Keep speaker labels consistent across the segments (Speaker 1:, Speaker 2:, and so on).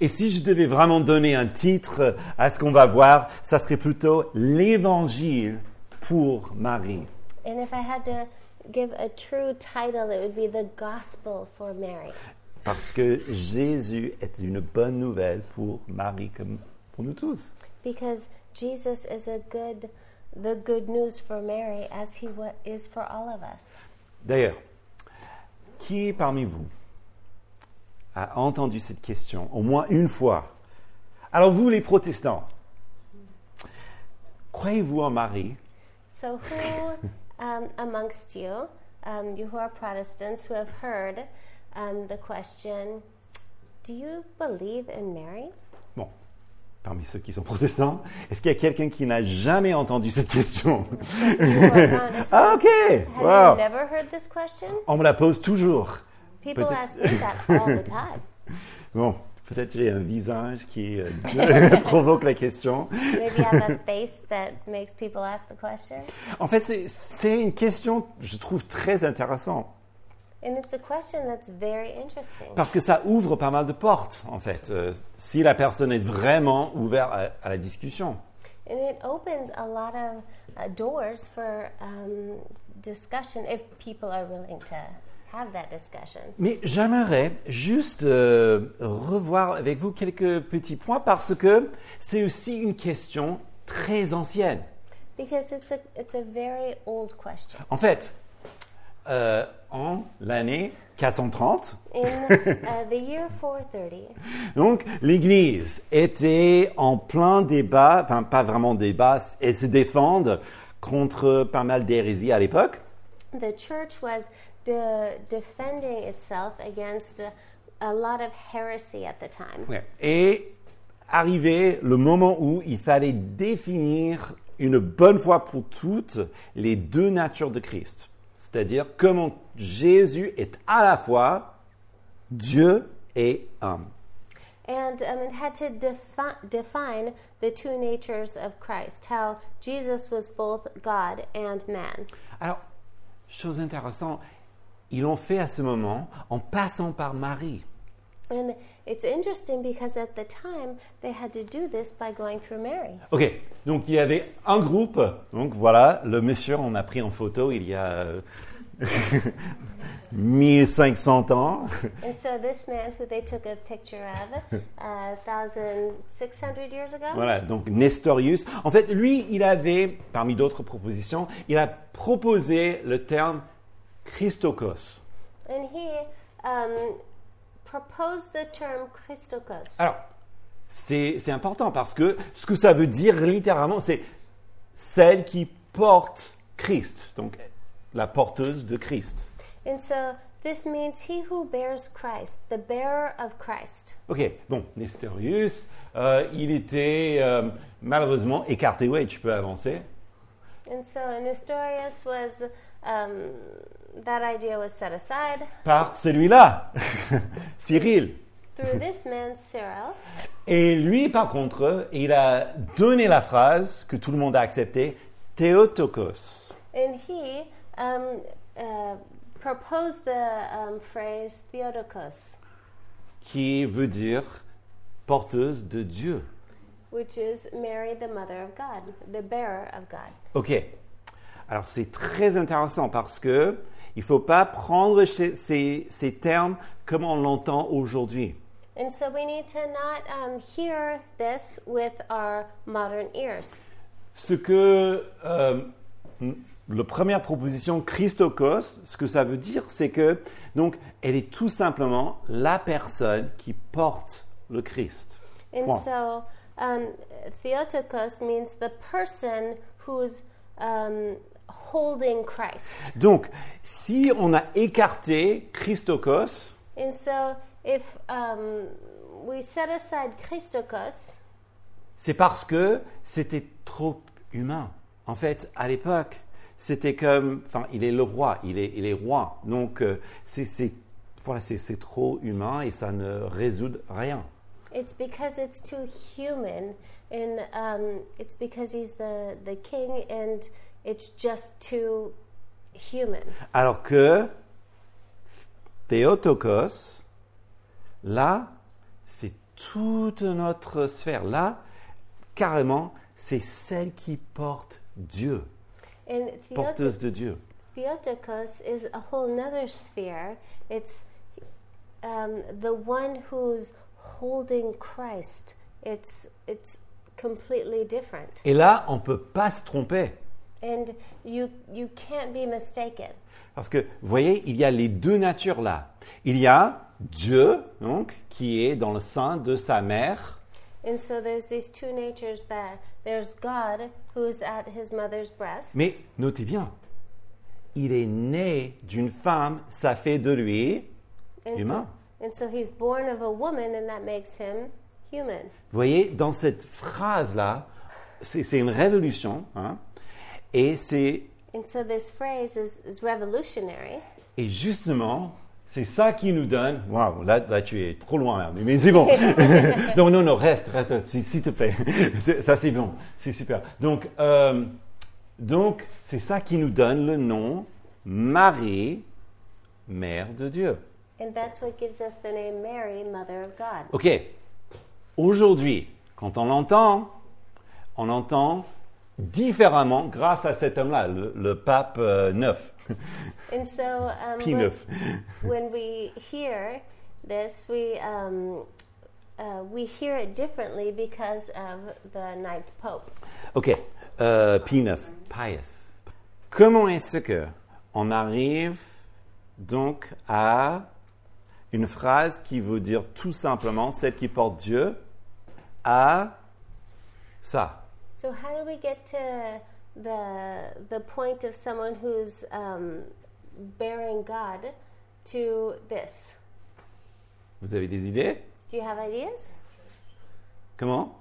Speaker 1: Et si je devais vraiment donner un titre à ce qu'on va voir, ça serait plutôt l'Évangile pour Marie.
Speaker 2: And if I had to give a true title, it would be The Gospel for Mary.
Speaker 1: Parce que Jésus est une bonne nouvelle pour Marie comme pour nous tous.
Speaker 2: Because Jesus is a good, the good news for Mary as he wa- is for all of us.
Speaker 1: D'ailleurs, qui parmi vous a entendu cette question au moins une fois Alors vous les protestants, croyez-vous en Marie
Speaker 2: So, who um, amongst you, um, you who are Protestants, who have heard um, the question, do you believe in Mary?
Speaker 1: Bon, parmi ceux qui sont protestants, est-ce qu'il y a quelqu'un qui n'a jamais entendu cette question
Speaker 2: Who are honest?
Speaker 1: Ah ok,
Speaker 2: Have you
Speaker 1: wow.
Speaker 2: never heard this question?
Speaker 1: On me la pose toujours.
Speaker 2: People
Speaker 1: Peut-être-
Speaker 2: ask me that all the time.
Speaker 1: Bon, peut-être j'ai un visage qui euh, provoque la question.
Speaker 2: Maybe I have a face that makes people ask the question.
Speaker 1: En fait, c'est- c'est une question, je trouve, très intéressante.
Speaker 2: And it's a question that's very interesting.
Speaker 1: Parce que ça ouvre pas mal de portes, en fait, euh, si la personne est vraiment ouverte à, à la discussion.
Speaker 2: And it opens a lot of uh, doors for um, discussion if people are willing to have that discussion.
Speaker 1: Mais j'aimerais juste euh, revoir avec vous quelques petits points parce que c'est aussi une question très ancienne.
Speaker 2: Because it's a, it's a very old question.
Speaker 1: En fait, euh, en l'année 430,
Speaker 2: In uh, the year 430,
Speaker 1: donc l'Église était en plein débat, enfin pas vraiment débat, elle se défendait contre pas mal d'hérésies à l'époque.
Speaker 2: the church was de- defending itself against a, a lot of heresy at the time.
Speaker 1: Ouais. Et arrivé le moment où il fallait définir une bonne fois pour toutes les deux natures de Christ. C'est-à-dire comment Jésus est à la fois Dieu et homme.
Speaker 2: And um, it had to defi- define the two natures of Christ, how Jesus was both God and man.
Speaker 1: Alors, chose intéressante, ils l'ont fait à ce moment en passant par Marie.
Speaker 2: And it's interesting because at the time they had to do this by going through Mary.
Speaker 1: Ok, donc il y avait un groupe. Donc voilà, le monsieur, on a pris en photo il y a euh, 1500 ans.
Speaker 2: And so this man who they took a picture of uh, 1,600 years ago,
Speaker 1: Voilà, donc Nestorius. En fait, lui, il avait, parmi d'autres propositions, il a proposé le terme Christokos.
Speaker 2: and he um, proposed the term Christokos.
Speaker 1: Alors, c'est c'est important parce que ce que ça veut dire littéralement, c'est celle qui porte Christ, donc la porteuse de Christ.
Speaker 2: And so this means he who bears Christ, the bearer of Christ.
Speaker 1: Ok, bon, Nestorius, euh, il était euh, malheureusement écarté. Ouais, tu peux avancer.
Speaker 2: And so Nestorius was, um, that idea was set aside
Speaker 1: Par celui-là, Cyril.
Speaker 2: through this man, Cyril.
Speaker 1: Et lui, par contre, il a donné la phrase que tout le monde a acceptée, Théotokos.
Speaker 2: And he um, uh, proposed the um, phrase theotokos,
Speaker 1: qui veut dire porteuse de Dieu.
Speaker 2: which is Mary, the mother of God, the bearer of God.
Speaker 1: Ok. Alors c'est très intéressant parce que il faut pas prendre chez- ces, ces termes comme on l'entend aujourd'hui.
Speaker 2: And so we need to not um, hear this with our modern ears.
Speaker 1: Ce que euh, la première proposition Christokos, ce que ça veut dire, c'est que donc elle est tout simplement la personne qui porte le Christ.
Speaker 2: And
Speaker 1: Point.
Speaker 2: so um, theotokos means the person who's um, holding Christ.
Speaker 1: Donc, si on a écarté Christokos,
Speaker 2: And so if um, we set aside Christokos,
Speaker 1: c'est parce que c'était trop humain. En fait, à l'époque, c'était comme, enfin, il est le roi, il est, il est roi. Donc, euh, c'est, c'est- voilà, c'est, c'est trop humain et ça ne résout rien.
Speaker 2: It's because it's too human, and um, it's because he's the the king, and it's just too human.
Speaker 1: Alors que Théotokos, là, c'est toute notre sphère. Là, carrément, c'est celle qui porte Dieu,
Speaker 2: And
Speaker 1: porteuse de Dieu.
Speaker 2: Theotokos is a whole nother sphere. It's um, the one who's holding Christ. It's it's completely different,
Speaker 1: Et là, on ne peut pas se tromper.
Speaker 2: and you you can't be mistaken.
Speaker 1: Parce que, vous voyez, il y a les deux natures là. Il y a Dieu, donc, qui est dans le sein de sa mère,
Speaker 2: And so there's these two natures there. There's God who's at his mother's breast,
Speaker 1: mais notez bien, il est né d'une femme, ça fait de lui
Speaker 2: and
Speaker 1: humain.
Speaker 2: so, and so he's born of a woman, and that makes him human.
Speaker 1: Vous voyez, dans cette phrase-là, c'est c'est une révolution, hein, et c'est
Speaker 2: And so this phrase is, is revolutionary.
Speaker 1: et justement, c'est ça qui nous donne. Waouh, là, là, tu es trop loin là, mais, mais c'est bon. non, non, non, reste, reste, s'il s'il te plaît. C'est- ça, c'est bon, c'est super. Donc, euh, donc, c'est ça qui nous donne le nom Marie, Mère de Dieu.
Speaker 2: And that's what gives us the name Mary, Mother of God.
Speaker 1: Ok. Aujourd'hui, quand on l'entend, on l'entend différemment grâce à cet homme-là, le, le pape euh, neuf,
Speaker 2: And so um,
Speaker 1: Pie
Speaker 2: when,
Speaker 1: neuf.
Speaker 2: when we hear this, we, um, uh, we hear it differently because of the ninth pope.
Speaker 1: Ok. Euh, Pie neuf. Pius. Comment est-ce que on arrive donc à une phrase qui veut dire tout simplement celle qui porte Dieu à ça
Speaker 2: So how do we get to the, the point of someone who's um, bearing God to this?
Speaker 1: Vous avez des idées
Speaker 2: Do you have ideas?
Speaker 1: Comment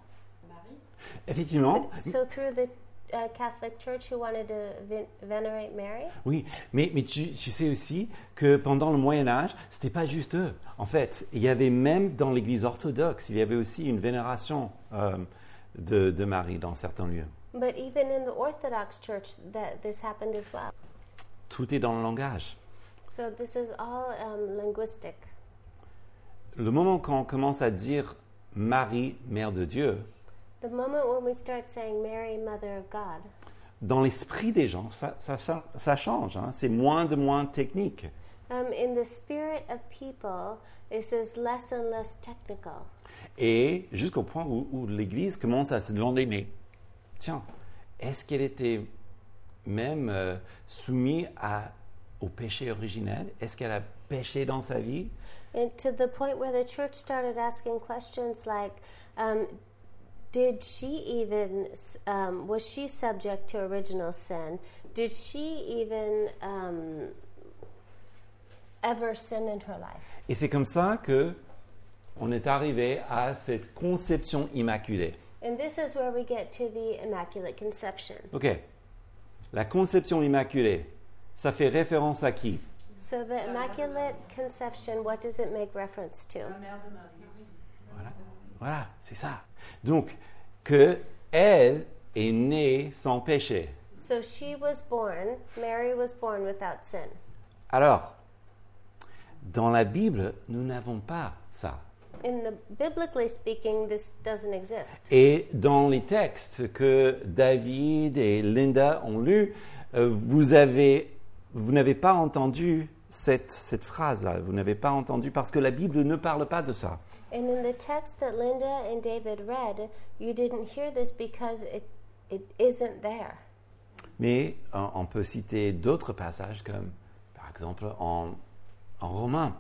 Speaker 1: Effectivement.
Speaker 2: So through the uh, Catholic Church who wanted to ven- venerate Mary?
Speaker 1: Oui, mais, mais tu, tu sais aussi que pendant le Moyen Âge, ce n'était pas juste eux. En fait, il y avait même dans l'Église orthodoxe, il y avait aussi une vénération euh, de, de Marie dans certains lieux.
Speaker 2: But even in the Orthodox Church, that this happened as well.
Speaker 1: Tout est dans le langage.
Speaker 2: So this is all um, linguistic.
Speaker 1: Le moment quand on commence à dire Marie, Mère de Dieu,
Speaker 2: The moment when we start saying Mary, Mother of God,
Speaker 1: dans l'esprit des gens, ça, ça, cha- ça change. hein. C'est moins de moins technique.
Speaker 2: um, in the spirit of people, this is less and less technical.
Speaker 1: Et jusqu'au point où, où l'Église commence à se demander, mais tiens, est-ce qu'elle était même euh, soumise à- au péché originel Est-ce qu'elle a péché dans sa vie
Speaker 2: And to the point where the church started asking questions like, um, did she even, s- um, was she subject to original sin? Did she even um, ever sin in her life?
Speaker 1: Et c'est comme ça que on est arrivé à cette conception immaculée.
Speaker 2: And this is where we get to the Immaculate Conception.
Speaker 1: Ok. La conception immaculée, ça fait référence à qui
Speaker 2: So, the Immaculate Conception, what does it make reference to?
Speaker 1: Voilà, voilà, c'est ça. Donc que elle est née sans péché.
Speaker 2: So, she was born, Mary was born without sin.
Speaker 1: Alors, dans la Bible, nous n'avons pas ça.
Speaker 2: In the biblically speaking, this doesn't exist.
Speaker 1: Et dans les textes que David et Linda ont lus, euh, vous avez, vous n'avez pas entendu cette, cette phrase-là. Vous n'avez pas entendu parce que la Bible ne parle pas de ça.
Speaker 2: And in the text that Linda and David read, you didn't hear this because it, it isn't there.
Speaker 1: Mais euh, on peut citer d'autres passages comme, par exemple, en, en Romains.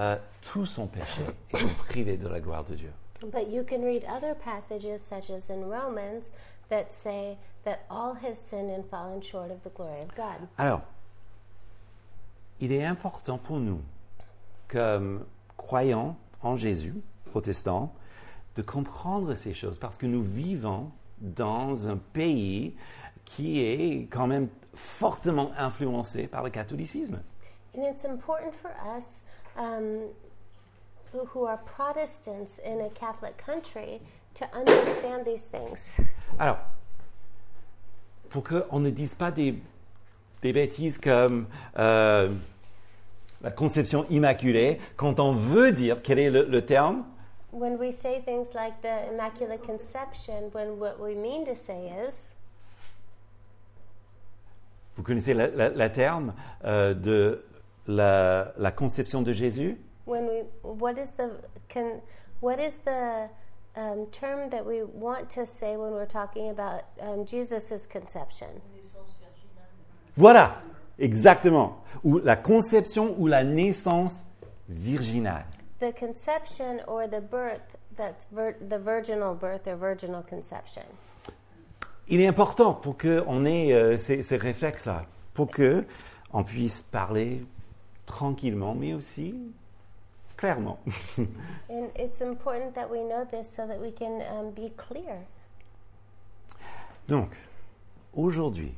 Speaker 1: Euh, tous ont péché et sont privés de la gloire de Dieu.
Speaker 2: But you can read other passages, such as in Romans, that say that all have sinned and fallen short of the glory of God.
Speaker 1: Alors, il est important pour nous, comme croyants en Jésus, protestants, de comprendre ces choses parce que nous vivons dans un pays qui est quand même fortement influencé par le catholicisme.
Speaker 2: And it's important for us um, who, who are Protestants in a Catholic country to understand these things.
Speaker 1: Alors, pour qu'on ne dise pas des, des bêtises comme euh, la conception immaculée, quand on veut dire, quel est le, le terme
Speaker 2: when we say things like the Immaculate Conception, when what we mean to say is,
Speaker 1: Vous connaissez la, la- la terme euh, de la, la conception de Jésus
Speaker 2: when we, what is the can, what is the um, term that we want to say when we're talking about um, Jesus's conception?
Speaker 1: Voilà, exactement. Ou la conception ou la naissance virginale.
Speaker 2: The conception or the birth that's vir- the virginal birth or virginal conception.
Speaker 1: Il est important pour qu'on ait euh, ces, ces réflexes-là, pour qu'on puisse parler tranquillement, mais aussi clairement.
Speaker 2: And it's important that we know this so that we can um, be clear.
Speaker 1: Donc, aujourd'hui,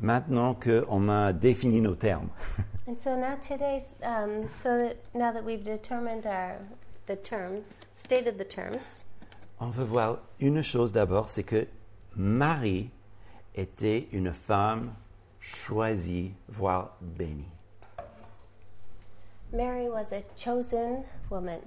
Speaker 1: maintenant qu'on a défini nos termes,
Speaker 2: And so now today's, um, so that now that we've determined our the terms, stated the terms,
Speaker 1: on veut voir une chose d'abord, c'est que Marie était une femme choisie, voire bénie.
Speaker 2: Mary was a chosen woman,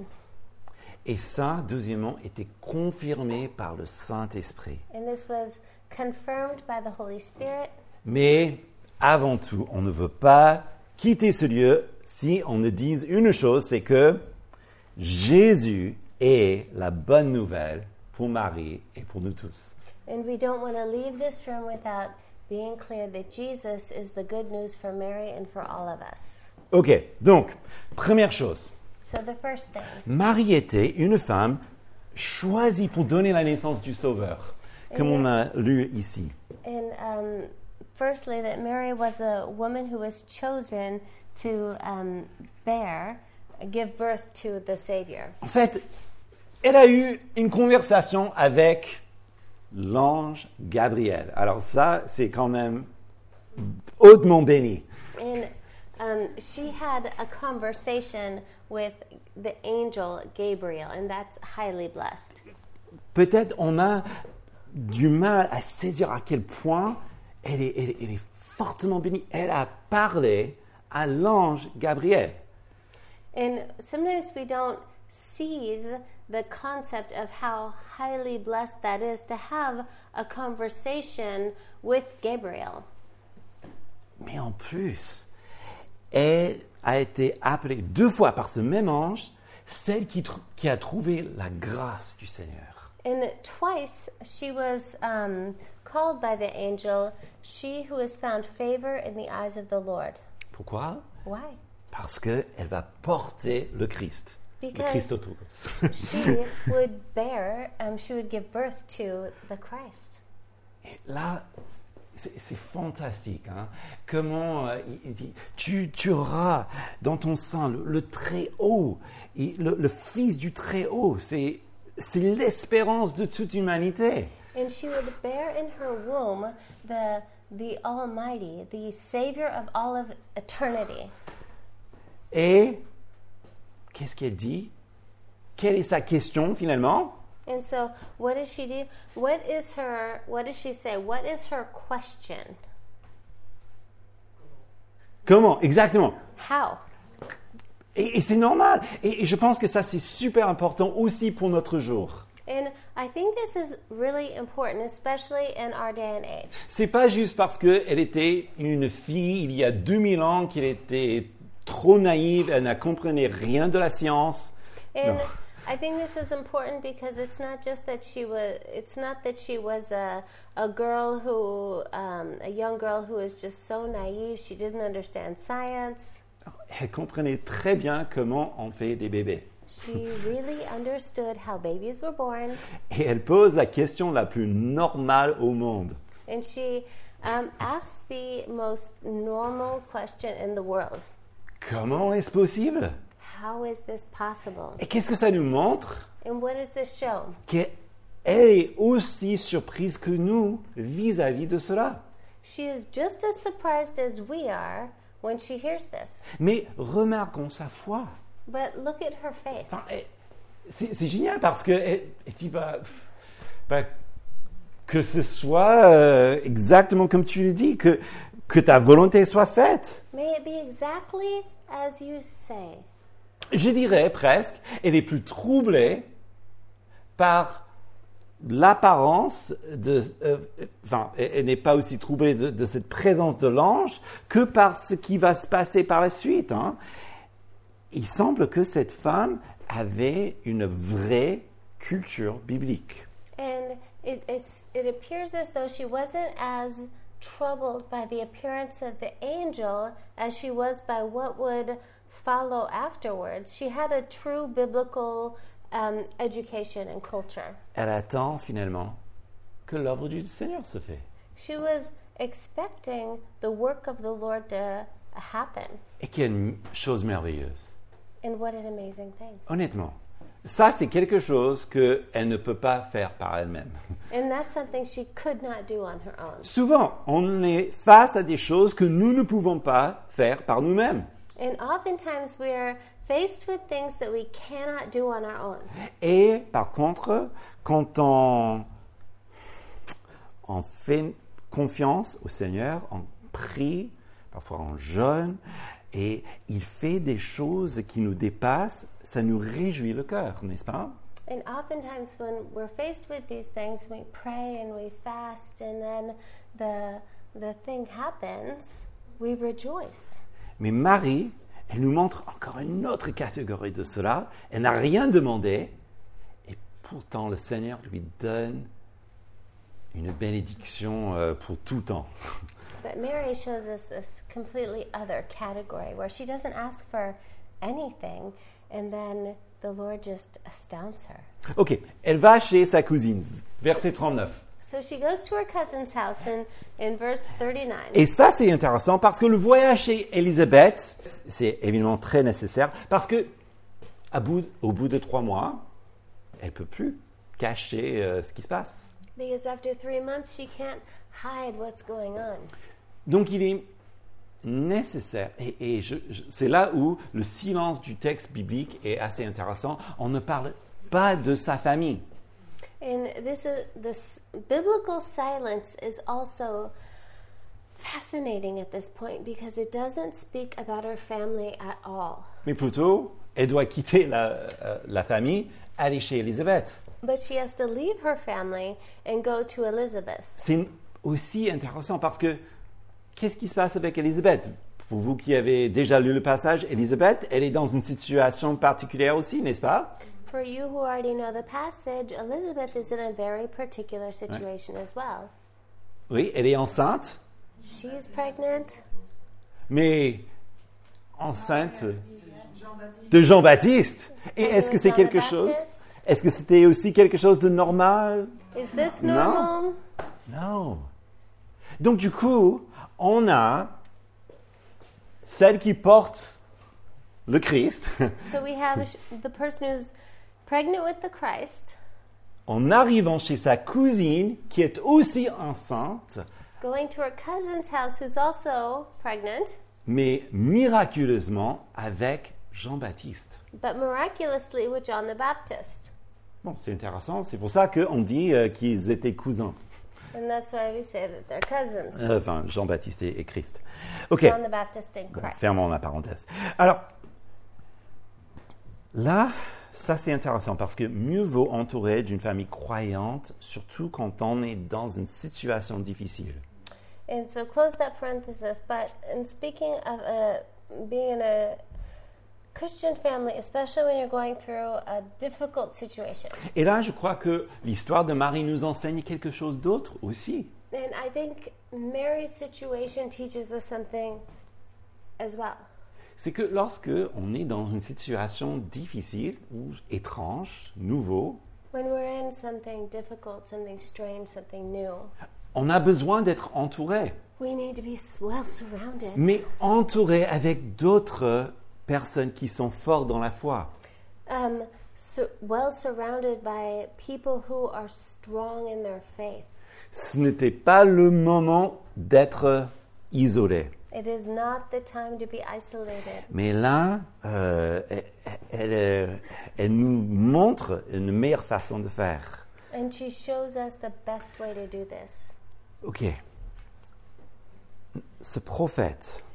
Speaker 1: Et ça, deuxièmement, était confirmé par le Saint-Esprit.
Speaker 2: and this was confirmed by the Holy Spirit.
Speaker 1: Mais avant tout, on ne veut pas quitter ce lieu si on ne dise une chose, c'est que Jésus est la bonne nouvelle pour Marie et pour nous tous.
Speaker 2: And we don't want to leave this room without being clear that Jesus is the good news for Mary and for all of us.
Speaker 1: Ok, donc, première chose,
Speaker 2: So the first thing,
Speaker 1: Marie était une femme choisie pour donner la naissance du Sauveur, comme on a lu ici.
Speaker 2: and um, firstly, that Mary was a woman who was chosen to um, bear, give birth to the Savior.
Speaker 1: En fait, elle a eu une conversation avec l'ange Gabriel. Alors ça, c'est quand même hautement béni.
Speaker 2: And um, she had a conversation with the angel Gabriel, and that's highly blessed.
Speaker 1: Peut-être on a du mal à saisir à quel point elle est, elle- elle est fortement bénie. Elle a parlé à l'ange Gabriel.
Speaker 2: And sometimes we don't seize the concept of how highly blessed that is to have a conversation with Gabriel.
Speaker 1: Mais en plus, elle a été appelée deux fois par ce même ange, celle qui tr- qui a trouvé la grâce du Seigneur.
Speaker 2: And twice she was um, called by the angel, she who has found favor in the eyes of the Lord.
Speaker 1: Pourquoi
Speaker 2: Why?
Speaker 1: Parce qu'elle va porter le Christ.
Speaker 2: Because-
Speaker 1: le Christ autour.
Speaker 2: She would bear, um, she would give birth to the Christ.
Speaker 1: Et là, c'est c'est fantastique. hein. Comment euh, il il dit tu, tu auras dans ton sein le, le Très-Haut, il- le, le Fils du Très-Haut. C'est c'est l'espérance de toute humanité.
Speaker 2: And she would bear in her womb the the Almighty, the Savior of all of eternity.
Speaker 1: Et qu'est-ce qu'elle dit Quelle est sa question finalement
Speaker 2: And so, what does she do? What is her? What does she say? What is her question?
Speaker 1: Comment Exactement.
Speaker 2: How?
Speaker 1: Et, et c'est normal. Et- et je pense que ça, c'est super important aussi pour notre jour.
Speaker 2: And I think this is really important, especially in our day and age.
Speaker 1: C'est pas juste parce qu'elle était une fille il y a 2000 ans qu'elle était trop naïve, elle ne comprenait rien de la science.
Speaker 2: And
Speaker 1: No.
Speaker 2: I think this is important because it's not just that she was. It's not that she was a a girl who um, a young girl who was just so naive. She didn't understand science.
Speaker 1: Elle comprenait très bien comment on fait des bébés.
Speaker 2: She really understood how babies were born,
Speaker 1: Et elle pose la question la plus normale au monde.
Speaker 2: and she um, asked the most normal question in the world
Speaker 1: Comment est-ce possible
Speaker 2: How is this possible?
Speaker 1: Et qu'est-ce que ça nous montre
Speaker 2: And what does this show?
Speaker 1: Qu'elle est aussi surprise que nous vis-à-vis de cela.
Speaker 2: She is just as surprised as we are when she hears this.
Speaker 1: Mais remarquons sa foi.
Speaker 2: But look at her faith.
Speaker 1: Enfin, eh, c'est c'est génial parce que eh, eh, tu- bah, pff, bah, que ce soit euh, exactement comme tu le dis, que, que ta volonté soit faite.
Speaker 2: May it be exactly as you say.
Speaker 1: je dirais presque, elle est plus troublée par l'apparence de... euh, enfin, elle elle n'est pas aussi troublée de, de cette présence de l'ange que par ce qui va se passer par la suite. hein. Il semble que cette femme avait une vraie culture biblique.
Speaker 2: And it, it's, it appears as though she wasn't as troubled by the appearance of the angel as she was by what would follow afterwards. She had a true biblical um, education and culture.
Speaker 1: Elle attend finalement que l'œuvre du Seigneur se fait.
Speaker 2: She was expecting the work of the Lord to happen.
Speaker 1: Et quelle chose merveilleuse.
Speaker 2: And what an amazing thing.
Speaker 1: Honnêtement, ça c'est quelque chose qu'elle ne peut pas faire par elle-même.
Speaker 2: And that's something she could not do on her own.
Speaker 1: Souvent, on est face à des choses que nous ne pouvons pas faire par nous-mêmes.
Speaker 2: And oftentimes we are faced with things that we cannot do on our own.
Speaker 1: Et par contre, quand on, on fait confiance au Seigneur, on prie, parfois on jeûne, et il fait des choses qui nous dépassent, ça nous réjouit le cœur, n'est-ce pas
Speaker 2: And oftentimes, when we're faced with these things, we pray and we fast, and then the the thing happens. We rejoice.
Speaker 1: Mais Marie, elle nous montre encore une autre catégorie de cela. Elle n'a rien demandé. Et pourtant, le Seigneur lui donne une bénédiction euh, pour tout temps.
Speaker 2: But Mary shows us this completely other category where she doesn't ask for anything, and then the Lord just astounds her.
Speaker 1: Ok, elle va chez sa cousine. Verset 39.
Speaker 2: So she goes to her cousin's house in, in verse 39.
Speaker 1: Et ça, c'est intéressant parce que le voyage chez Elisabeth, c'est évidemment très nécessaire parce que à bout- au bout de trois mois, elle peut plus cacher euh, ce qui se passe.
Speaker 2: Because after three months, she can't hide what's going on.
Speaker 1: Donc il est nécessaire, et, et je- je- c'est là où le silence du texte biblique est assez intéressant, on ne parle pas de sa famille.
Speaker 2: And this is this biblical silence is also fascinating at this point because it doesn't speak about her family at all.
Speaker 1: Mais plutôt, elle doit quitter la, euh, la famille, aller chez Élisabeth.
Speaker 2: But she has to leave her family and go to Elizabeth's.
Speaker 1: C'est aussi intéressant parce que qu'est-ce qui se passe avec Élisabeth Pour vous qui avez déjà lu le passage, Élisabeth, elle est dans une situation particulière aussi, n'est-ce pas
Speaker 2: For you who already know the passage, Elizabeth is in a very particular situation as well.
Speaker 1: Oui, elle est enceinte,
Speaker 2: She is pregnant
Speaker 1: mais enceinte de Jean-Baptiste. Et est-ce que c'est
Speaker 2: John the
Speaker 1: quelque chose
Speaker 2: Baptist.
Speaker 1: Est-ce que c'était aussi quelque chose de normal
Speaker 2: Is this
Speaker 1: No.
Speaker 2: normal?
Speaker 1: Non. Donc du coup, on a celle qui porte le Christ.
Speaker 2: So we have sh- the person who's pregnant with the Christ
Speaker 1: En arrivant chez sa cousine, qui est aussi enceinte,
Speaker 2: going to her cousin's house who's also pregnant.
Speaker 1: mais miraculeusement avec Jean-Baptiste.
Speaker 2: but miraculously with John the Baptist.
Speaker 1: Bon, c'est intéressant. C'est pour ça qu'on dit euh, qu'ils étaient cousins.
Speaker 2: And that's why we say that they're cousins,
Speaker 1: Euh, Enfin, Jean-Baptiste et et Christ. Ok. euh,
Speaker 2: John the Baptist and Christ.
Speaker 1: Fermons la parenthèse. Alors, là, ça c'est intéressant parce que mieux vaut entourer d'une famille croyante, surtout quand on est dans une situation difficile.
Speaker 2: And so close that parenthesis, but in speaking of a, being in a Christian family, especially when you're going through a difficult situation,
Speaker 1: Et là, je crois que l'histoire de Marie nous enseigne quelque chose d'autre aussi.
Speaker 2: and I think Mary's situation teaches us something as well.
Speaker 1: C'est que lorsque on est dans une situation difficile ou étrange, nouveau,
Speaker 2: When we're in something difficult, something strange, something new,
Speaker 1: on a besoin d'être entouré,
Speaker 2: we need to be s- well surrounded.
Speaker 1: mais entouré avec d'autres personnes qui sont fortes dans la foi.
Speaker 2: um, sur- well surrounded by people who are strong in their faith.
Speaker 1: ce n'était pas le moment d'être isolé.
Speaker 2: It is not the time to be isolated.
Speaker 1: Mais là, euh, elle, elle- elle nous montre une meilleure façon de faire.
Speaker 2: And she shows us the best way to do this.
Speaker 1: Ok. Ce prophète,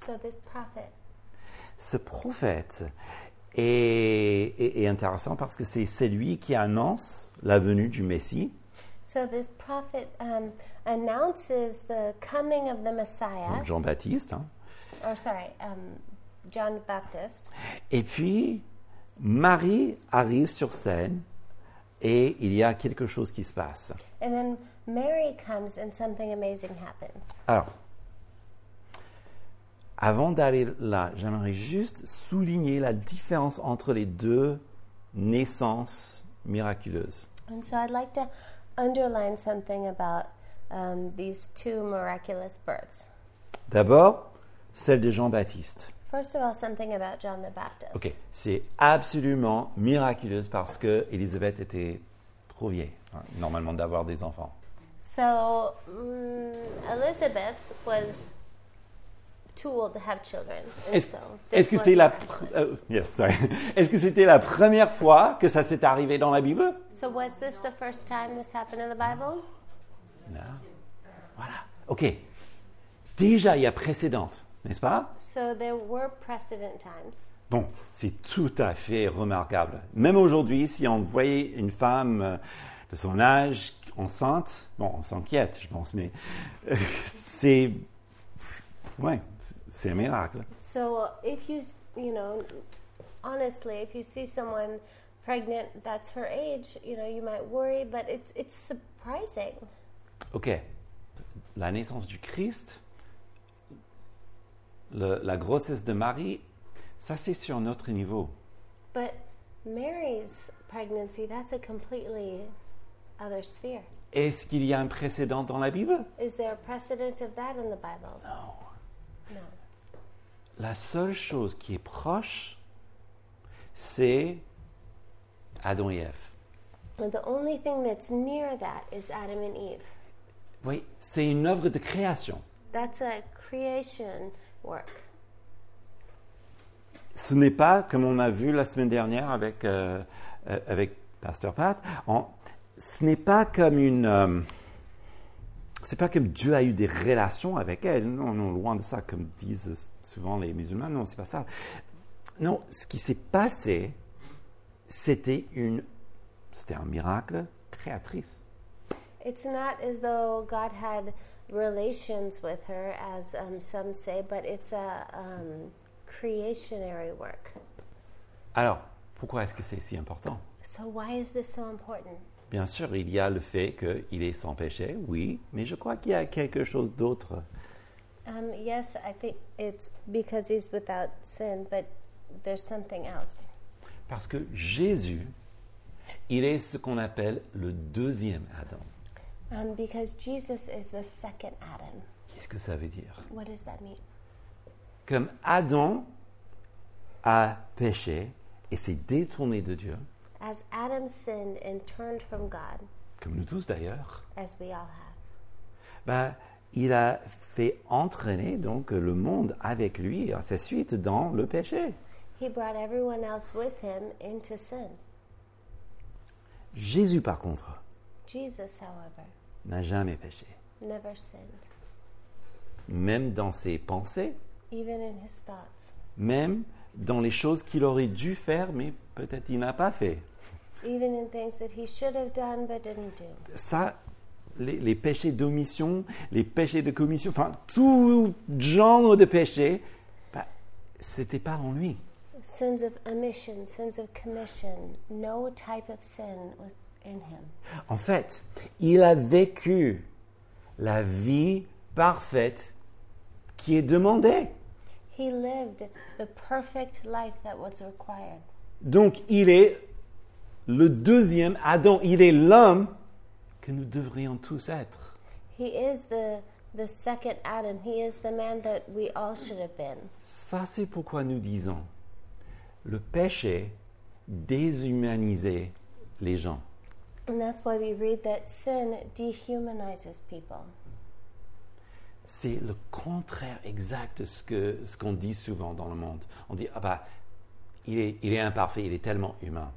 Speaker 2: So, this prophet,
Speaker 1: ce prophète, est, est- est intéressant parce que c'est celui qui annonce la venue du Messie.
Speaker 2: So this prophet um, announces the coming of the Messiah,
Speaker 1: donc Jean-Baptiste. hein.
Speaker 2: or sorry, um, John the Baptist.
Speaker 1: Et puis, Marie arrive sur scène et il y a quelque chose qui se passe.
Speaker 2: And then Mary comes and something amazing happens.
Speaker 1: Alors, avant d'aller là, j'aimerais juste souligner la différence entre les deux naissances miraculeuses.
Speaker 2: And so I'd like to underline something about um, these two miraculous births.
Speaker 1: D'abord, celle de Jean-Baptiste.
Speaker 2: First of all, something about John the Baptist.
Speaker 1: Ok, c'est absolument miraculeuse parce que Élisabeth était trop vieille, hein, normalement, d'avoir des enfants.
Speaker 2: So mm, Elizabeth was too old to have children, and
Speaker 1: Est-ce
Speaker 2: so
Speaker 1: est-ce
Speaker 2: this
Speaker 1: que
Speaker 2: was
Speaker 1: c'est la
Speaker 2: miraculous.
Speaker 1: pr- euh, yes, sorry. Est-ce que c'était la première fois que ça s'est arrivé dans la Bible
Speaker 2: So was this the first time this happened in the Bible?
Speaker 1: Non. Voilà. Ok. Déjà, il y a précédente, n'est-ce pas
Speaker 2: So there were precedent times.
Speaker 1: Bon, c'est tout à fait remarquable. Même aujourd'hui, si on voyait une femme euh, de son âge enceinte, bon, on s'inquiète, je pense, mais euh, c'est, ouais, c'est un miracle.
Speaker 2: So if you s- you know honestly, if you see someone pregnant that's her age, you know you might worry, but it's it's surprising.
Speaker 1: Ok. La naissance du Christ, le- la grossesse de Marie, ça c'est sur notre niveau.
Speaker 2: But Mary's pregnancy, that's a completely other sphere.
Speaker 1: Est-ce qu'il y a un précédent dans la Bible
Speaker 2: Is there a precedent of that in the Bible?
Speaker 1: Non.
Speaker 2: No.
Speaker 1: La seule chose qui est proche, c'est Adam et Ève.
Speaker 2: But the only thing that's near that is Adam and Eve.
Speaker 1: Oui, c'est une œuvre de création.
Speaker 2: That's a creation work.
Speaker 1: Ce n'est pas, comme on a vu la semaine dernière avec, euh, euh, avec Pasteur Pat, on- ce n'est pas comme une... euh, c'est pas comme Dieu a eu des relations avec elle. Non, non, loin de ça, comme disent souvent les musulmans. Non, c'est pas ça. Non, ce qui s'est passé, c'était une... C'était un miracle créatrice.
Speaker 2: It's not as though God had relations with her, as um, some say, but it's a um, creationary work.
Speaker 1: Alors, pourquoi est-ce que c'est si important
Speaker 2: So, why is this so important?
Speaker 1: Bien sûr, il y a le fait qu'il est sans péché, oui, mais je crois qu'il y a quelque chose d'autre.
Speaker 2: Um, yes, I think it's because he's without sin, but there's something else.
Speaker 1: Parce que Jésus, il est ce qu'on appelle le deuxième Adam.
Speaker 2: Um, because Jesus is the second Adam.
Speaker 1: Qu'est-ce que ça veut dire
Speaker 2: What does that mean?
Speaker 1: Comme Adam a péché et s'est détourné de Dieu,
Speaker 2: As Adam sinned and turned from God,
Speaker 1: comme nous tous d'ailleurs,
Speaker 2: as we all have.
Speaker 1: bah, il a fait entraîner donc le monde avec lui à sa suite dans le péché.
Speaker 2: He brought everyone else with him into sin.
Speaker 1: Jésus, par contre,
Speaker 2: Jesus, however,
Speaker 1: n'a jamais péché.
Speaker 2: never sinned,
Speaker 1: Même dans ses pensées,
Speaker 2: even in his thoughts,
Speaker 1: même dans les choses qu'il aurait dû faire, mais peut-être il n'a pas fait.
Speaker 2: even in things that he should have done but didn't do.
Speaker 1: ça, les, les péchés d'omission, les péchés de commission, enfin tout genre de péché, bah, c'était pas en lui.
Speaker 2: Sins of omission, sins of commission, no type of sin was in him.
Speaker 1: En fait, il a vécu la vie parfaite qui est demandée.
Speaker 2: He lived the perfect life that was required.
Speaker 1: Donc il est le deuxième Adam, il est l'homme que nous devrions tous être.
Speaker 2: He is the the second Adam. He is the man that we all should have been.
Speaker 1: Ça, c'est pourquoi nous disons, le péché déshumanisait les gens.
Speaker 2: And that's why we read that sin dehumanizes people.
Speaker 1: C'est le contraire exact de ce que ce qu'on dit souvent dans le monde. On dit ah bah il est il est imparfait, il est tellement humain.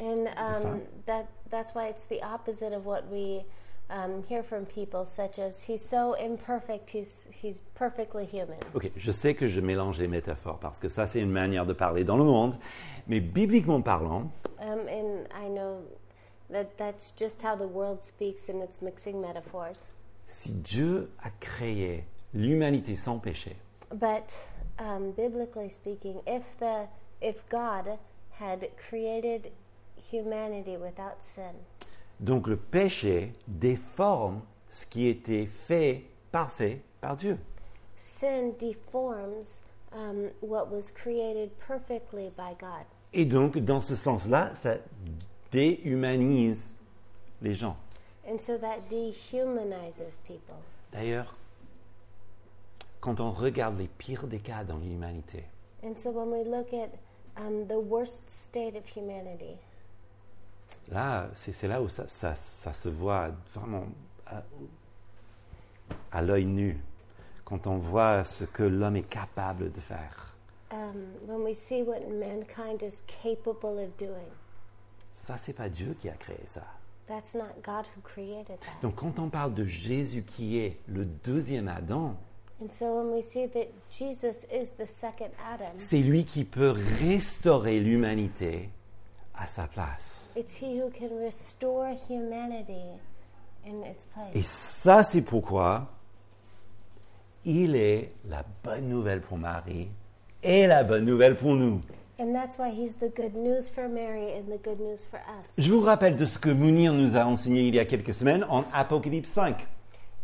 Speaker 2: And um,
Speaker 1: fine.
Speaker 2: that that's why it's the opposite of what we um, hear from people such as he's so imperfect, he's he's perfectly human.
Speaker 1: Ok, je sais que je mélange les métaphores parce que ça, c'est une manière de parler dans le monde, mais bibliquement parlant,
Speaker 2: Um, and I know that that's just how the world speaks, and it's mixing metaphors.
Speaker 1: si Dieu a créé l'humanité sans péché,
Speaker 2: But um, biblically speaking, if the if God had created humanity without sin,
Speaker 1: donc le péché déforme ce qui était fait parfait par Dieu.
Speaker 2: sin deforms um, what was created perfectly by God.
Speaker 1: Et donc, dans ce sens-là, ça déhumanise les gens.
Speaker 2: And so that dehumanizes people.
Speaker 1: D'ailleurs, quand on regarde les pires des cas dans l'humanité,
Speaker 2: And so when we look at um, the worst state of humanity,
Speaker 1: là, c'est c'est là où ça, ça- ça se voit vraiment à, à l'œil nu, quand on voit ce que l'homme est capable de faire.
Speaker 2: um, when we see what mankind is capable of doing,
Speaker 1: Ça, c'est pas Dieu qui a créé ça.
Speaker 2: that's not God who created that.
Speaker 1: Donc, quand on parle de Jésus qui est le deuxième Adam,
Speaker 2: And so when we see that Jesus is the second Adam,
Speaker 1: c'est lui qui peut restaurer l'humanité à sa place.
Speaker 2: it's he who can restore humanity in its
Speaker 1: Et
Speaker 2: place.
Speaker 1: ça, c'est pourquoi il est la bonne nouvelle pour Marie et la bonne nouvelle pour nous.
Speaker 2: And that's why he's the good news for Mary and the good news for us.
Speaker 1: Je vous rappelle de ce que Mounir nous a enseigné il y a quelques semaines en Apocalypse 5.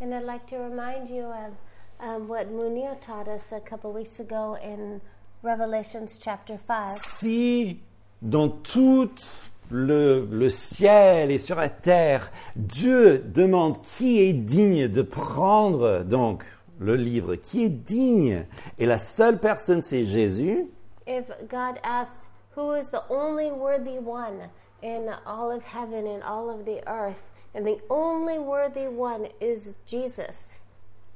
Speaker 2: And I'd like to remind you of um, what Munir taught us a couple weeks ago in Revelations chapter 5.
Speaker 1: Si dans tout le, le ciel et sur la terre, Dieu demande qui est digne de prendre donc le livre, qui est digne, et la seule personne c'est Jésus,
Speaker 2: If God asked, Who is the only worthy one in all of heaven and all of the earth? And the only worthy one is Jesus.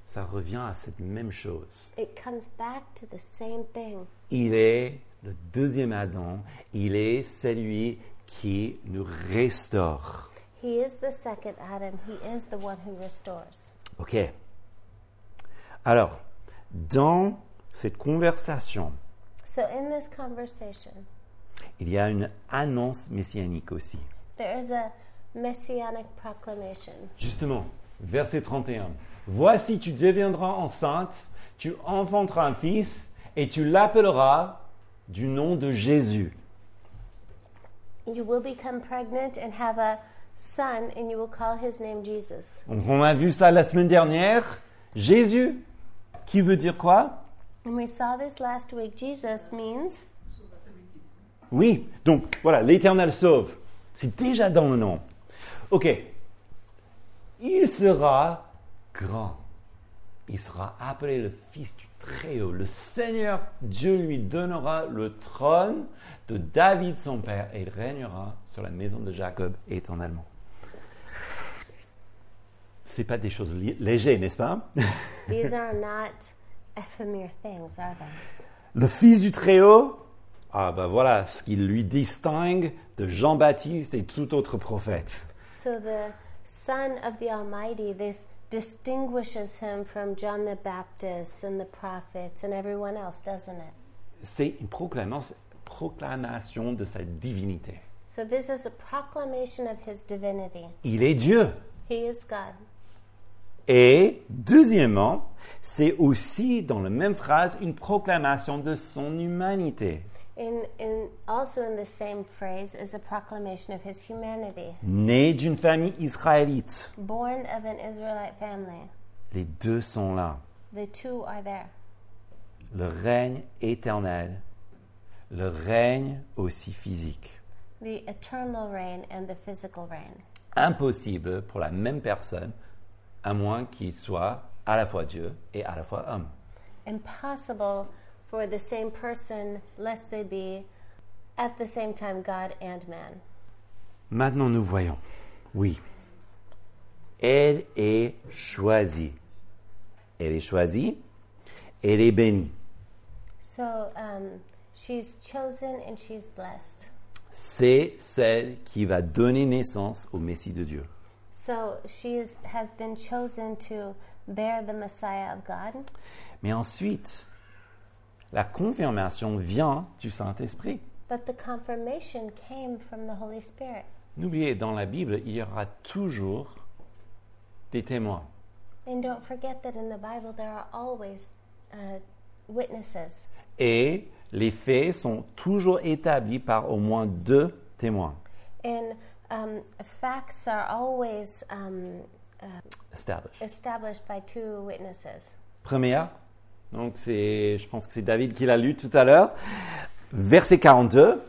Speaker 1: ça revient à cette même chose.
Speaker 2: It comes back to the same thing.
Speaker 1: Il est le deuxième Adam, il est celui qui nous restaure.
Speaker 2: He is the second Adam, He is the one who restores.
Speaker 1: OK. Alors, dans cette conversation,
Speaker 2: So, in this conversation,
Speaker 1: il y a une annonce messianique aussi.
Speaker 2: there is a messianic proclamation.
Speaker 1: Justement, verset 31. Voici, tu deviendras enceinte, tu enfanteras un fils, et tu l'appelleras du nom de Jésus.
Speaker 2: You will become pregnant and have a son, and you will call his name Jesus.
Speaker 1: Donc, on a vu ça la semaine dernière. Jésus, qui veut dire quoi
Speaker 2: And we saw this last week. Jesus means
Speaker 1: Oui, donc voilà, l'Éternel sauve. C'est déjà dans le nom. Ok. Il sera grand. Il sera appelé le Fils du Très-Haut. Le Seigneur Dieu lui donnera le trône de David son père et il régnera sur la maison de Jacob éternellement. C'est pas des choses li- légères, n'est-ce pas
Speaker 2: these are not ephemere things, are they?
Speaker 1: Le Fils du Très-Haut, ah ben voilà ce qui lui distingue de Jean-Baptiste et tout autre prophète.
Speaker 2: So the Son of the Almighty, this distinguishes him from John the Baptist and the prophets and everyone else, doesn't it?
Speaker 1: C'est une proclamation, proclamation de sa divinité.
Speaker 2: So this is a proclamation of his divinity.
Speaker 1: Il est Dieu.
Speaker 2: He is God.
Speaker 1: Et deuxièmement, c'est aussi dans la même phrase une proclamation de son humanité.
Speaker 2: And, and also in the same phrase is a proclamation of his humanity.
Speaker 1: Né d'une famille israélite.
Speaker 2: born of an Israelite family.
Speaker 1: Les deux sont là.
Speaker 2: The two are there.
Speaker 1: Le règne éternel, le règne aussi physique.
Speaker 2: The eternal reign and the physical reign.
Speaker 1: impossible pour la même personne, à moins qu'il soit à la fois Dieu et à la fois homme.
Speaker 2: Impossible for the same person lest they be at the same time God and man.
Speaker 1: Maintenant, nous voyons. Oui. Elle est choisie. Elle est choisie. Elle est bénie.
Speaker 2: So um, she's chosen and she's blessed.
Speaker 1: C'est celle qui va donner naissance au Messie de Dieu.
Speaker 2: So So she is, has been chosen to bear the Messiah of God.
Speaker 1: Mais ensuite, la confirmation vient du Saint-Esprit.
Speaker 2: But the confirmation came from the Holy Spirit.
Speaker 1: N'oubliez, dans la Bible, il y aura toujours des témoins.
Speaker 2: And don't forget that in the Bible there are always uh, witnesses,
Speaker 1: Et les faits sont toujours établis par au moins deux témoins.
Speaker 2: and um, facts are always um,
Speaker 1: Established.
Speaker 2: established by two witnesses.
Speaker 1: Première, donc c'est, je pense que c'est David qui l'a lu tout à l'heure, verset 42.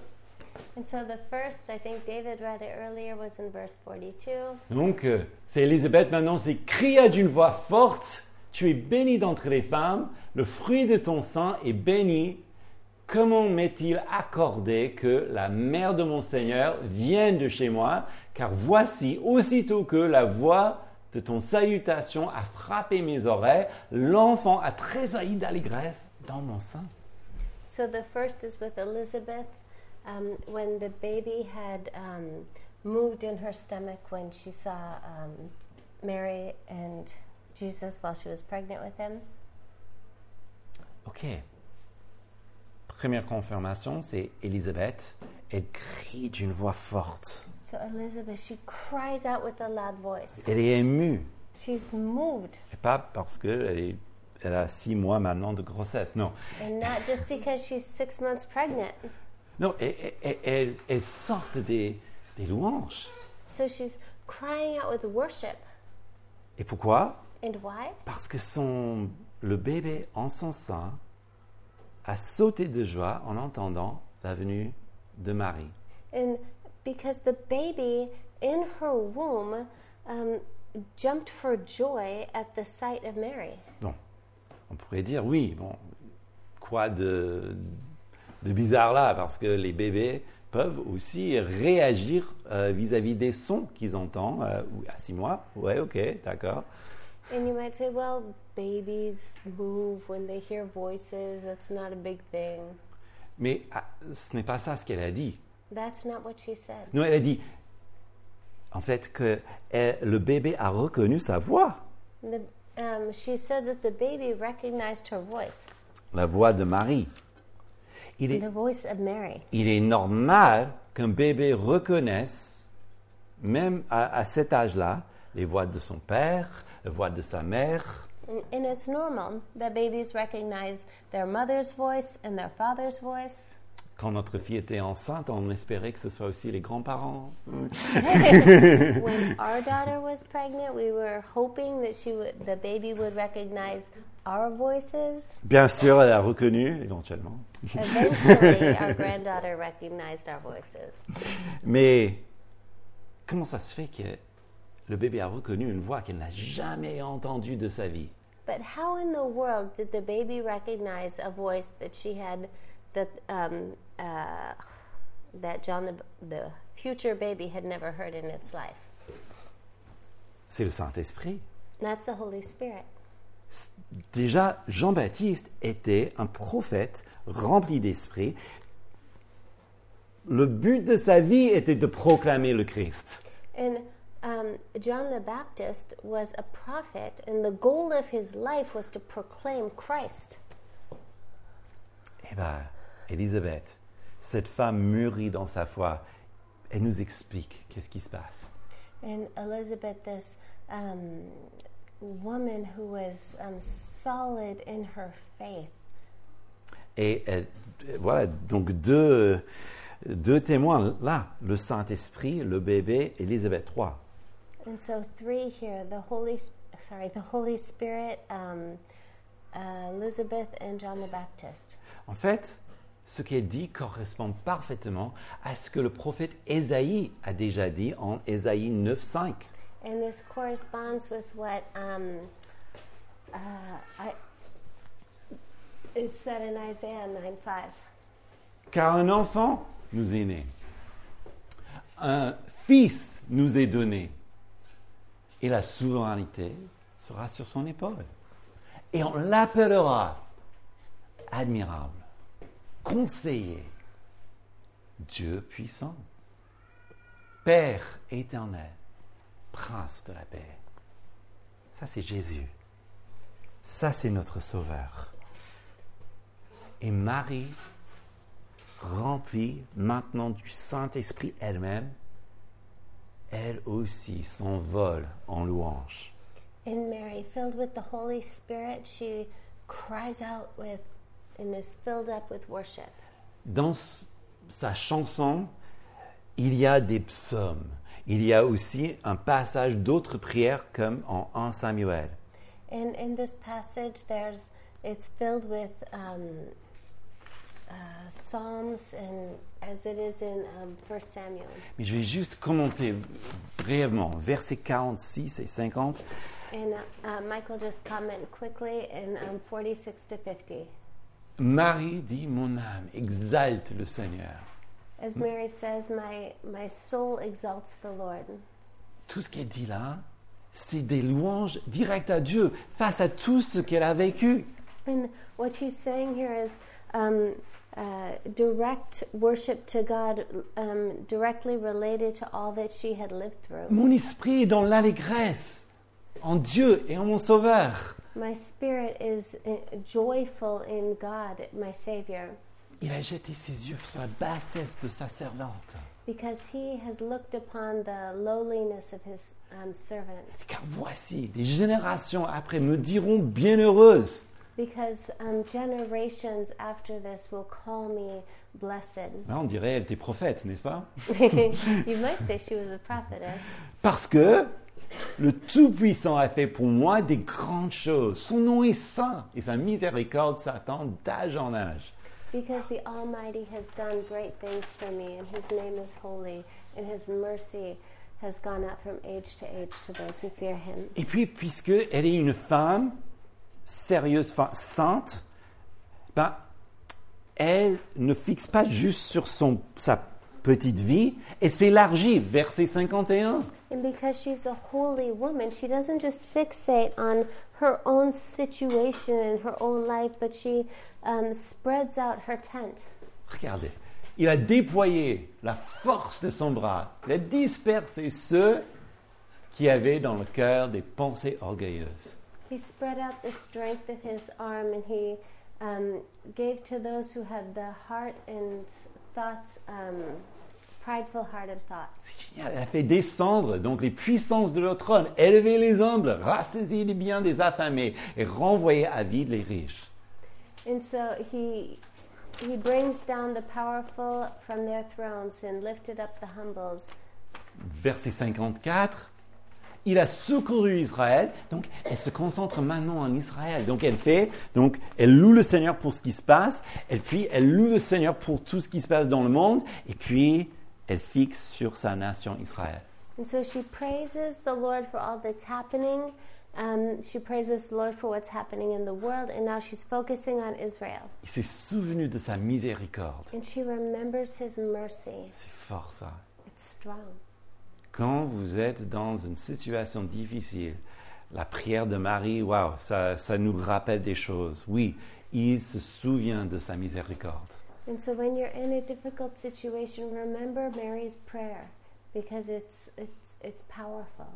Speaker 2: And so the first, I think David read it earlier, was in verse 42.
Speaker 1: Donc, euh, c'est Élisabeth maintenant, c'est cria d'une voix forte, tu es bénie d'entre les femmes, le fruit de ton sein est béni. Comment m'est-il accordé que la mère de mon Seigneur vienne de chez moi Car voici, aussitôt que la voix de ton salutation a frappé mes oreilles, l'enfant a tressailli d'allégresse dans mon sein.
Speaker 2: So the first is with Elizabeth um, when the baby had um, moved in her stomach when she saw um, Mary and Jesus while she was pregnant with him.
Speaker 1: Ok. Première confirmation, c'est Élisabeth. Elle crie d'une voix forte.
Speaker 2: So Elizabeth, she cries out with a loud voice.
Speaker 1: Elle est émue.
Speaker 2: She's moved,
Speaker 1: Et pas parce qu'elle est- elle a six mois maintenant de grossesse, non.
Speaker 2: and not just because she's six months pregnant.
Speaker 1: Non, elle, elle- elle- elle sort des, des louanges.
Speaker 2: So she's crying out with worship.
Speaker 1: Et pourquoi
Speaker 2: And why?
Speaker 1: Parce que son, le bébé en son sein a sauté de joie en entendant la venue de Marie.
Speaker 2: And because the baby in her womb um, jumped for joy at the sight of Mary.
Speaker 1: Bon, on pourrait dire oui, bon, quoi de, de bizarre là Parce que les bébés peuvent aussi réagir euh, vis-à-vis des sons qu'ils entendent euh, ou- à six mois. Ouais, ok, d'accord.
Speaker 2: And you might say, well, babies move when they hear voices. That's not a big thing.
Speaker 1: Mais ah, ce n'est pas ça ce qu'elle a dit.
Speaker 2: That's not what she said.
Speaker 1: Non, elle a dit, en fait, que elle- le bébé a reconnu sa voix,
Speaker 2: The, um, she said that the baby recognized her voice,
Speaker 1: la voix de Marie. Il est,
Speaker 2: the voice of Mary.
Speaker 1: il est normal qu'un bébé reconnaisse, même à, à cet âge-là, les voix de son père, la voix de sa mère.
Speaker 2: And, and it's normal that babies recognize their mother's voice and their father's voice.
Speaker 1: Quand notre fille était enceinte, on espérait que ce soit aussi les grands-parents.
Speaker 2: when our daughter was pregnant, we were hoping that she would, the baby would recognize our voices.
Speaker 1: Bien sûr, elle a reconnu éventually.
Speaker 2: Eventually, our granddaughter recognized our voices.
Speaker 1: Mais comment ça se fait que le bébé a reconnu une voix qu'elle n'a jamais entendue de sa vie
Speaker 2: But how in the world did the baby recognize a voice that she had, that um, uh, that John, the, the future baby, had never heard in its life?
Speaker 1: C'est le Saint-Esprit.
Speaker 2: And that's the Holy Spirit.
Speaker 1: Déjà, Jean-Baptiste était un prophète rempli d'esprit. Le but de sa vie était de proclamer le Christ.
Speaker 2: And um, John the Baptist was a prophet, and the goal of his life was to proclaim Christ.
Speaker 1: Eh bien, Élisabeth, cette femme mûrie dans sa foi, elle nous explique qu'est-ce qui se passe.
Speaker 2: And Elizabeth, this um, woman who was um, solid in her faith.
Speaker 1: Et elle- voilà, donc deux, deux témoins là, le Saint-Esprit, le bébé, Élisabeth III.
Speaker 2: And so three here: the Holy, S- sorry, the Holy Spirit, um, uh, Elizabeth, and John the Baptist.
Speaker 1: En fait, ce qu'elle dit correspond parfaitement à ce que le prophète Ésaïe a déjà dit en Ésaïe 9.5.
Speaker 2: And this corresponds with what um, uh, I, is said in Isaiah nine five.
Speaker 1: Car un enfant nous est né, un fils nous est donné, et la souveraineté sera sur son épaule. Et on l'appellera admirable, conseiller, Dieu puissant, Père éternel, prince de la paix. Ça, c'est Jésus. Ça, c'est notre Sauveur. Et Marie, remplie maintenant du Saint-Esprit elle-même, elle aussi s'envole en louange.
Speaker 2: And Mary, filled with the Holy Spirit, she cries out with and is filled up with worship.
Speaker 1: Dans s- sa chanson, il y a des psaumes. Il y a aussi un passage d'autres prières comme en 1 Samuel.
Speaker 2: And in this passage, there's it's filled with um, uh, psalms, and as it is in um, First Samuel.
Speaker 1: Mais je vais juste commenter brièvement versets 46 et 50.
Speaker 2: And uh, uh, Michael just comment quickly in um, 46 to 50.
Speaker 1: Marie dit Mon âme exalte le Seigneur.
Speaker 2: As Mary says, my my soul exalts the Lord.
Speaker 1: Tout ce qu'elle dit là, c'est des louanges directes à Dieu face à tout ce qu'elle a vécu.
Speaker 2: And what she's saying here is um, uh, direct worship to God, um, directly related to all that she had lived through.
Speaker 1: Mon esprit est dans l'allégresse en Dieu et en mon Sauveur.
Speaker 2: My spirit is uh, joyful in God, my Savior,
Speaker 1: Il a jeté ses yeux sur la bassesse de sa servante.
Speaker 2: because He has looked upon the lowliness of His um, servant.
Speaker 1: Car voici, les générations après me diront bienheureuse.
Speaker 2: Because um, generations after this will call me blessed.
Speaker 1: Là, on dirait, elle était prophète, n'est-ce pas
Speaker 2: you might say she was a prophetess,
Speaker 1: Parce que le Tout-Puissant a fait pour moi des grandes choses. Son nom est saint et sa miséricorde s'attend d'âge en âge.
Speaker 2: because the Almighty has done great things for me, and His name is holy, and His mercy has gone out from age to age to those who fear Him.
Speaker 1: Et puis, puisque elle est une femme sérieuse, enfin, sainte, ben, elle ne fixe pas juste sur son, sa petite vie et s'élargit. Verset 51.
Speaker 2: And because she's a holy woman, she doesn't just fixate on her own situation and her own life, but she um, spreads out her tent.
Speaker 1: Regardez, il a déployé la force de son bras, il a dispersé ceux qui avaient dans le cœur des pensées orgueilleuses.
Speaker 2: He spread out the strength of his arm and he um, gave to those who had the heart and thoughts, um, prideful hearted thoughts.
Speaker 1: C'est génial, elle a fait descendre donc les puissances de leur trône, élever les humbles, rassasier les biens des affamés et renvoyer à vide les riches.
Speaker 2: And so he he brings down the powerful from their thrones and lifted up the humbles.
Speaker 1: Verset 54. Il a secouru Israël, donc elle se concentre maintenant en Israël. Donc elle fait, donc elle loue le Seigneur pour ce qui se passe, et puis elle loue le Seigneur pour tout ce qui se passe dans le monde, et puis elle fixe sur sa nation Israël.
Speaker 2: And so she praises the Lord for all that's happening. Um, she praises the Lord for what's happening in the world, and now she's focusing on Israel.
Speaker 1: Il s'est souvenu de sa miséricorde.
Speaker 2: And she remembers his mercy.
Speaker 1: C'est fort ça.
Speaker 2: It's strong.
Speaker 1: Quand vous êtes dans une situation difficile, la prière de Marie, waouh, ça, ça nous rappelle des choses. Oui, il se souvient de sa miséricorde.
Speaker 2: And so when you're in a difficult situation, remember Mary's prayer because it's it's it's powerful.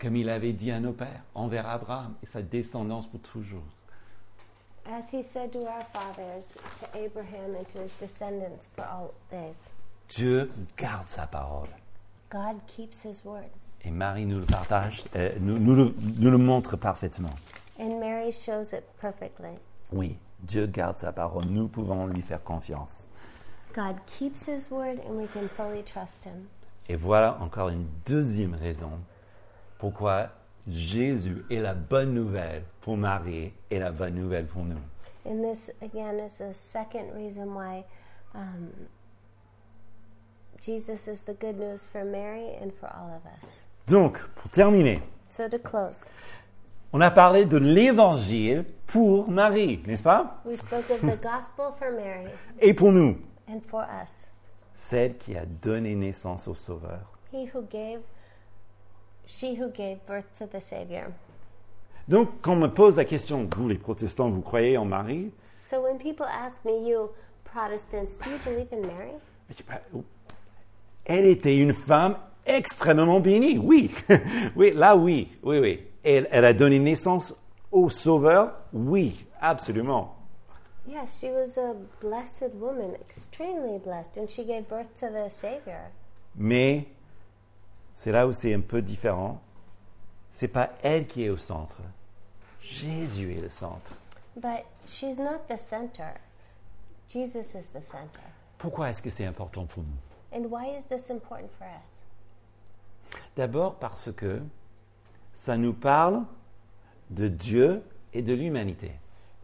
Speaker 1: comme il avait dit à nos pères, envers Abraham et sa descendance pour toujours.
Speaker 2: As he said to our fathers, to Abraham and to his descendants for all days.
Speaker 1: Dieu garde sa parole.
Speaker 2: God keeps his word.
Speaker 1: Et Marie nous le partage, euh, nous, nous le, nous le montre parfaitement.
Speaker 2: And Mary shows it perfectly.
Speaker 1: Oui, Dieu garde sa parole. Nous pouvons lui faire confiance.
Speaker 2: God keeps his word and we can fully trust him.
Speaker 1: Et voilà encore une deuxième raison pourquoi Jésus est la bonne nouvelle pour Marie et la bonne nouvelle pour nous.
Speaker 2: And this again is a second reason why um, Jesus is the good news for Mary and for all of us.
Speaker 1: Donc, pour terminer,
Speaker 2: So to close,
Speaker 1: on a parlé de l'évangile pour Marie, n'est-ce pas
Speaker 2: we spoke of the gospel for Mary.
Speaker 1: Et pour nous,
Speaker 2: and for us.
Speaker 1: celle qui a donné naissance au Sauveur.
Speaker 2: He who gave, she who gave birth to the Savior.
Speaker 1: Donc, quand on me pose la question, vous les protestants, vous croyez en Marie
Speaker 2: So when people ask me, you Protestants, do you believe in Mary?
Speaker 1: Je dis, bah, Elle oh. était une femme extrêmement bénie, oui. oui, là, oui, oui, oui. Elle, elle a donné naissance au Sauveur, oui, absolument.
Speaker 2: Yes, she was a blessed woman, extremely blessed, and she gave birth to the Savior.
Speaker 1: Mais c'est là où c'est un peu différent. C'est pas elle qui est au centre. Jésus est le centre.
Speaker 2: But she's not the center. Jesus is the center.
Speaker 1: Pourquoi est-ce que c'est important pour nous
Speaker 2: And why is this important for us?
Speaker 1: D'abord parce que ça nous parle de Dieu et de l'humanité.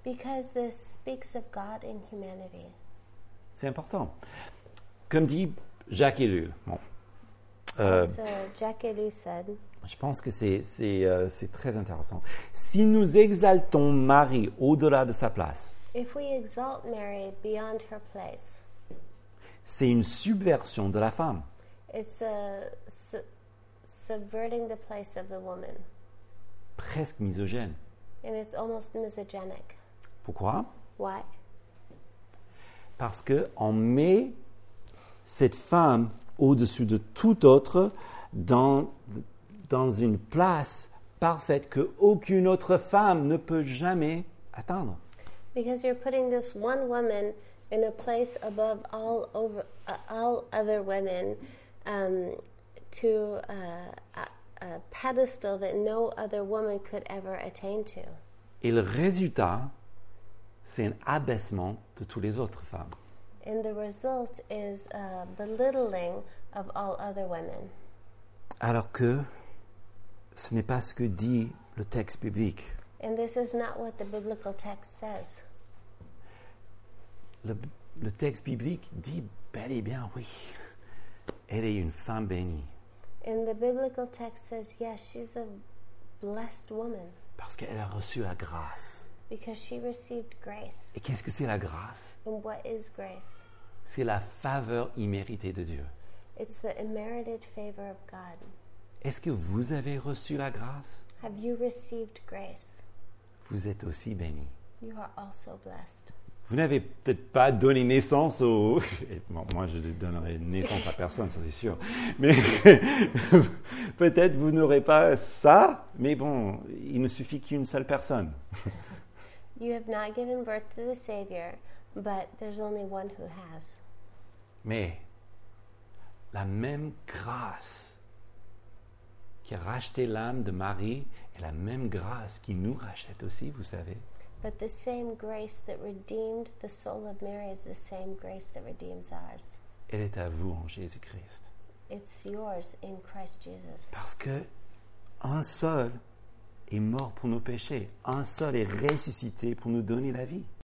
Speaker 2: Because this speaks of God and humanity.
Speaker 1: C'est important. Comme dit Jacques Ellul, bon, euh,
Speaker 2: So Jack Elu said,
Speaker 1: je pense que c'est c'est, euh, c'est très intéressant. Si nous exaltons Marie au-delà de sa place,
Speaker 2: if we exalt Mary beyond her place,
Speaker 1: c'est une subversion de la femme.
Speaker 2: it's a su- subverting the place of the woman,
Speaker 1: presque misogène.
Speaker 2: and it's almost misogynic.
Speaker 1: Pourquoi
Speaker 2: Why?
Speaker 1: Parce que on met cette femme au-dessus de tout autre dans, dans une place parfaite que aucune autre femme ne peut jamais atteindre.
Speaker 2: Because you're putting this one woman in a place above all over uh, all other women, um, to uh, a, a pedestal that no other woman could ever attain to,
Speaker 1: Et le résultat, c'est un abaissement de toutes les autres femmes.
Speaker 2: and the result is a belittling of all other women.
Speaker 1: Alors que ce n'est pas ce que dit le texte biblique.
Speaker 2: And this is not what the biblical text says.
Speaker 1: Le, le texte biblique dit bel et bien oui, elle est une femme bénie.
Speaker 2: And the biblical text says, yes, she's a blessed woman
Speaker 1: Parce qu'elle a reçu la grâce.
Speaker 2: because she received grace.
Speaker 1: Et qu'est-ce que c'est la grâce
Speaker 2: And what is grace?
Speaker 1: C'est la faveur imméritée de Dieu.
Speaker 2: It's the merited favor of God.
Speaker 1: Est-ce que vous avez reçu la grâce
Speaker 2: Have you received grace?
Speaker 1: Vous êtes aussi béni.
Speaker 2: You are also blessed.
Speaker 1: Vous n'avez peut-être pas donné naissance au... Et bon, moi, je ne donnerai naissance à personne, ça c'est sûr. Mais peut-être vous n'aurez pas ça, mais bon, il ne suffit qu'une seule personne.
Speaker 2: You have not given birth to the Savior, but there's only one who has.
Speaker 1: Mais la même grâce qui a racheté l'âme de Marie est la même grâce qui nous rachète aussi, vous savez.
Speaker 2: But the same grace that redeemed the soul of Mary is the same grace that redeems ours.
Speaker 1: Elle est à vous en Jésus-Christ.
Speaker 2: It's yours in Christ Jesus.
Speaker 1: Parce que un seul est mort pour nos péchés, un seul est ressuscité pour nous donner la vie.